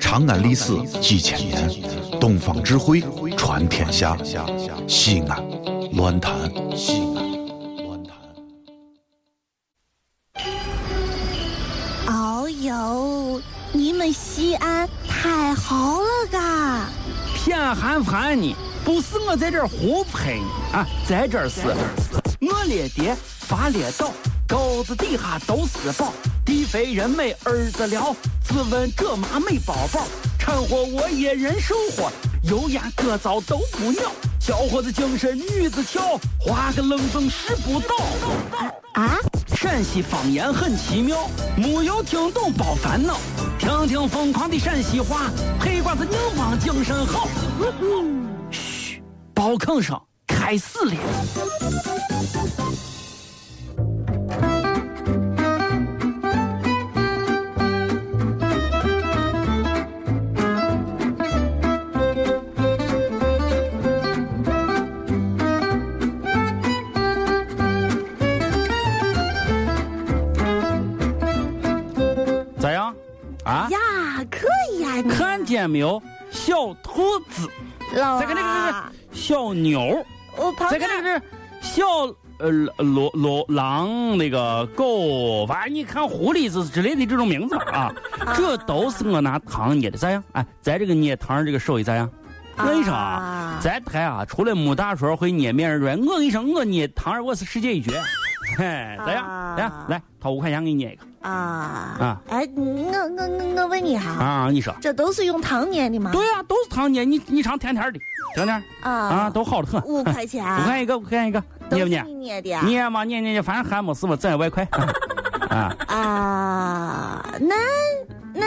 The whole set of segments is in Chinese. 长安历史几千年，东方智慧传天下。西安，乱谈西安，乱谈。哦呦，你们西安太好了嘎！偏寒寒你，不是我在这儿胡喷你啊，在这儿是，我列爹发列倒，沟子底下都是宝，地肥人美儿子了，自问这妈美宝宝，掺和我也人生活，油盐各糟都不尿，小伙子精神女子俏，花个愣风使不倒。啊，陕西方言很奇妙，没有听懂别烦恼，听听疯狂的陕西话，黑瓜子硬邦精神好。嘘，包吭声开始了。咋样？啊？呀，可以呀、你看见没有？小兔子，老再看这个这啊个，小牛，我旁再边看这个小呃罗罗狼那个狗，反正你看狐狸子之类的这种名字啊，这都是我拿糖捏的，咋样？哎，咱这个捏糖这个手艺咋样？我跟你说啊啊，咱台啊，除了木大叔会捏面人之外，我跟你说，我捏糖我是世界一绝。嘿，咋样？啊来来，掏五块钱给你捏一个啊啊，哎，我我我我问你哈、啊！你说，这都是用糖捏的吗？对呀、都是糖捏，你你尝甜甜的，甜甜啊啊，都好的很。五块 钱，我看一个，我看一个，都是捏不捏？你捏的啊捏嘛捏捏捏，反正还没事嘛，挣 外快。啊，啊？那那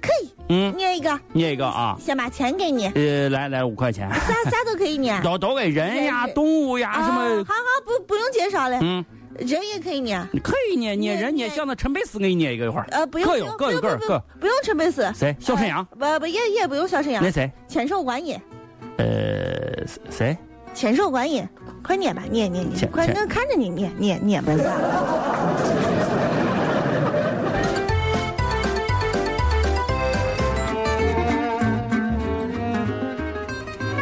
可以嗯，捏一个，捏一个啊，先把钱给 你，呃，来来五块钱，啥啥都可以捏。都都给人呀、人动物呀啊，什好么，好不不用介绍了，嗯，人也可以捏。你可以捏捏捏人捏，捏像那陈佩斯给你捏一个一会儿，呃，不用，各不有用，各有各不有用各有，不用陈佩斯，谁？小沈阳，呃不不也也不用小沈阳那，谁？千手观音，呃，谁？千手观音，快捏吧，捏捏捏，浅快，浅我看着你捏捏捏吧。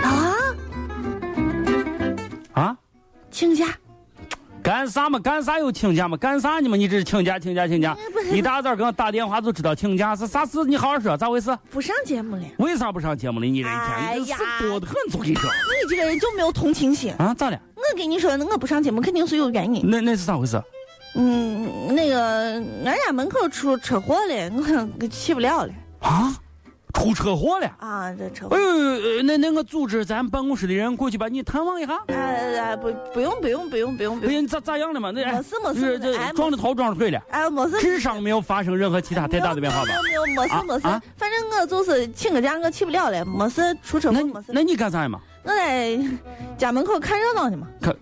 啊，啊？请假，干啥嘛？干啥有请假嘛？干啥你们？你这是请假请假请假哎不！是一大早给我打电话就知道请假是啥事？你好好说，咋回事？不上节目了。你为啥不上节目了？你这一哎天，你这呀事多得很，就跟你说这个人就没有同情心。啊，咋了？我跟你说，我不上节目肯定是有原因。那那是咋回事？嗯，那个俺家门口出车祸了，我我 去不了了啊，出车祸了！啊！这车祸哎，呦，呃那那我组织咱办公室的人过去把你探望一下。哎、哎不不用不用不用不用不哎呀，用，你咋咋样了嘛？那没事没这事没事这哎撞着头撞着腿了，哎，没事，智商没有发生任何其他太大的变化吧没？有没有没事啊没事啊，反正我就是请个假，我去不了了，没事出车祸那没事，那你干啥呀嘛？我在家门口看热闹呢嘛。看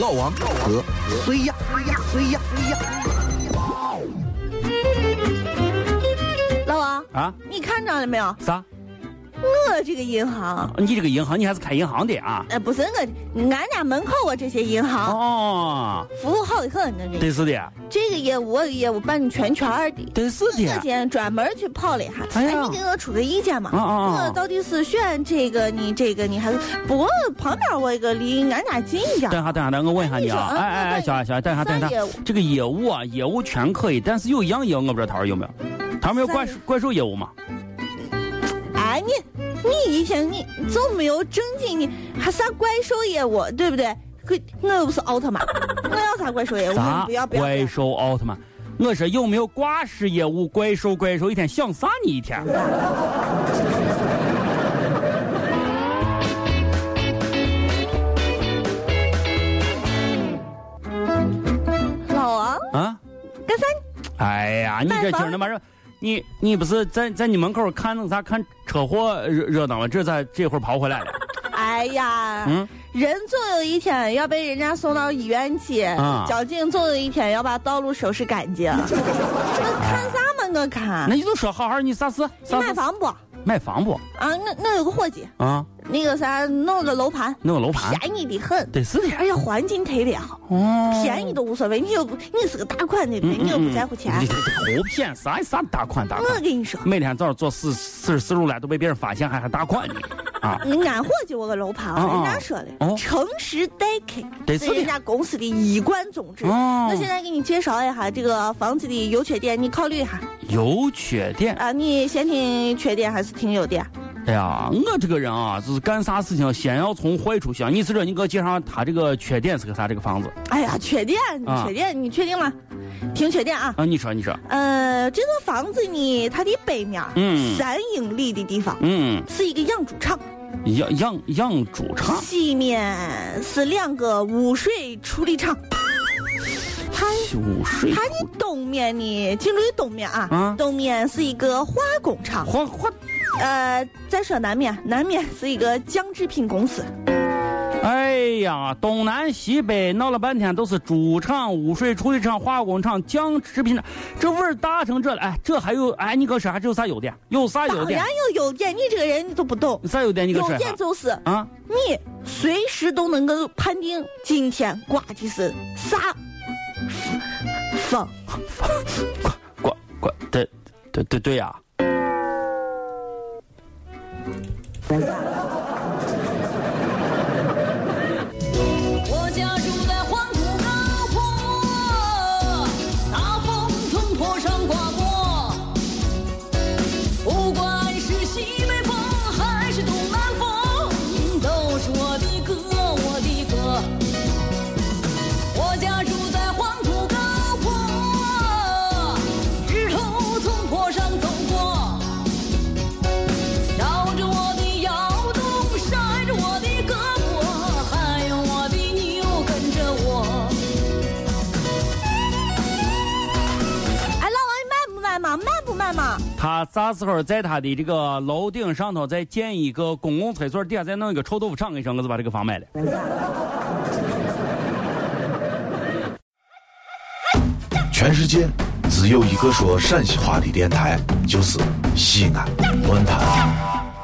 老王和谁呀？谁呀？谁呀？老王，啊你看着了没有？啥？啊我这个银行，你这个银行你还是开银行的啊？哎，不是我，俺家门口我这些银行哦，服务好的很，呢。这对是的，这个业务我的业务办的全全的。对是我今的。天专门去跑了一下，啊哎哎，呀你给我出个意见嘛？啊啊啊我到底是选这个你这个你还是？不过旁边我一个离俺家近一点等一，下，等一下，等一下我问一下你啊！哎你说啊哎哎那哎，你小孩，小孩，等一下，等一算业下务，这个业务啊，业务全可以，但是有一样业务我不知道他有没有，他们有怪算业兽怪兽业务嘛？哎，你你一天你就没有正经，你还啥怪兽业务，对不对？可我又不是奥特曼，哎我要啥怪兽业务？啥不要不要！不怪要兽奥特曼？我说有没有挂失业务？怪兽怪兽一天想啥你一天？老王啊？干啥？哎呀，你这今儿他妈说，你你不是在在你门口看那啥看车祸热热闹吗？这咋这会儿跑回来 了？哎呀，嗯人总有一天要被人家送到医院去，啊交警总有一天要把道路收拾干净。我看啥嘛？我看那你就说好好你啥事？你啥买事？房不？买房不？啊，那那有个伙计，啊，那个啥，弄个楼盘，弄个楼盘，便宜的很，得是的。而且环境特别好，哦，便宜都无所谓。你又不，你是个大款，对不嗯，对？你又不在乎钱。你这这胡骗啥啥大款大我款，跟你说，每天早上做四四十四入来都被别人发现，还还大款呢啊！俺伙计我个楼盘，啊人啊家说哦的，诚实待得客是是的人家公司的一贯宗旨。哦 那现在给你介绍一下这个房子的优缺点，你考虑一下有缺点，啊。你先听缺点还是听优点？哎呀，我这个人啊，就是干啥事情先要从坏处想。你是这，你给我介绍他这个缺点是个啥？这个房子哎呀，缺点，啊缺点，你确定吗？听缺点啊。啊？你说，你说，呃，这座房子呢，它的北面儿嗯三英里的地方嗯，是一个养猪场，养养养猪场，西面是两个污水处理厂，它五水它的东面呢，进入东面啊，啊东面是一个化工厂，换换，呃，再说南面，南面是一个酱制品公司，哎呀，东南西北闹了半天都是猪场、污水处理厂、化工厂、酱制品厂，这味儿大成这了。哎，这还有哎，你给我说还这有啥优点？哎有啥优当点然？有优点，你这个人你都不懂，啥优点？你给我优说一下点就是啊？你随时都能够判定今天刮的是啥风。管管对对对对呀、我家住在黄土高坡，大风从坡上刮过。不管是西北风还是东南风，都是我的歌，我的歌。我家住在黄土高坡，日头从坡上走过。绕着我的窑洞，晒着我的胳膊，还有我的牛跟着我。哎，老王，你卖不卖嘛？卖不卖嘛？他啥时候在他的这个楼顶上头再建一个公共厕所，底下再弄一个臭豆腐厂，给上我就把这个房买了。全世界只有一个说陕西话的电台，就是西安论坛。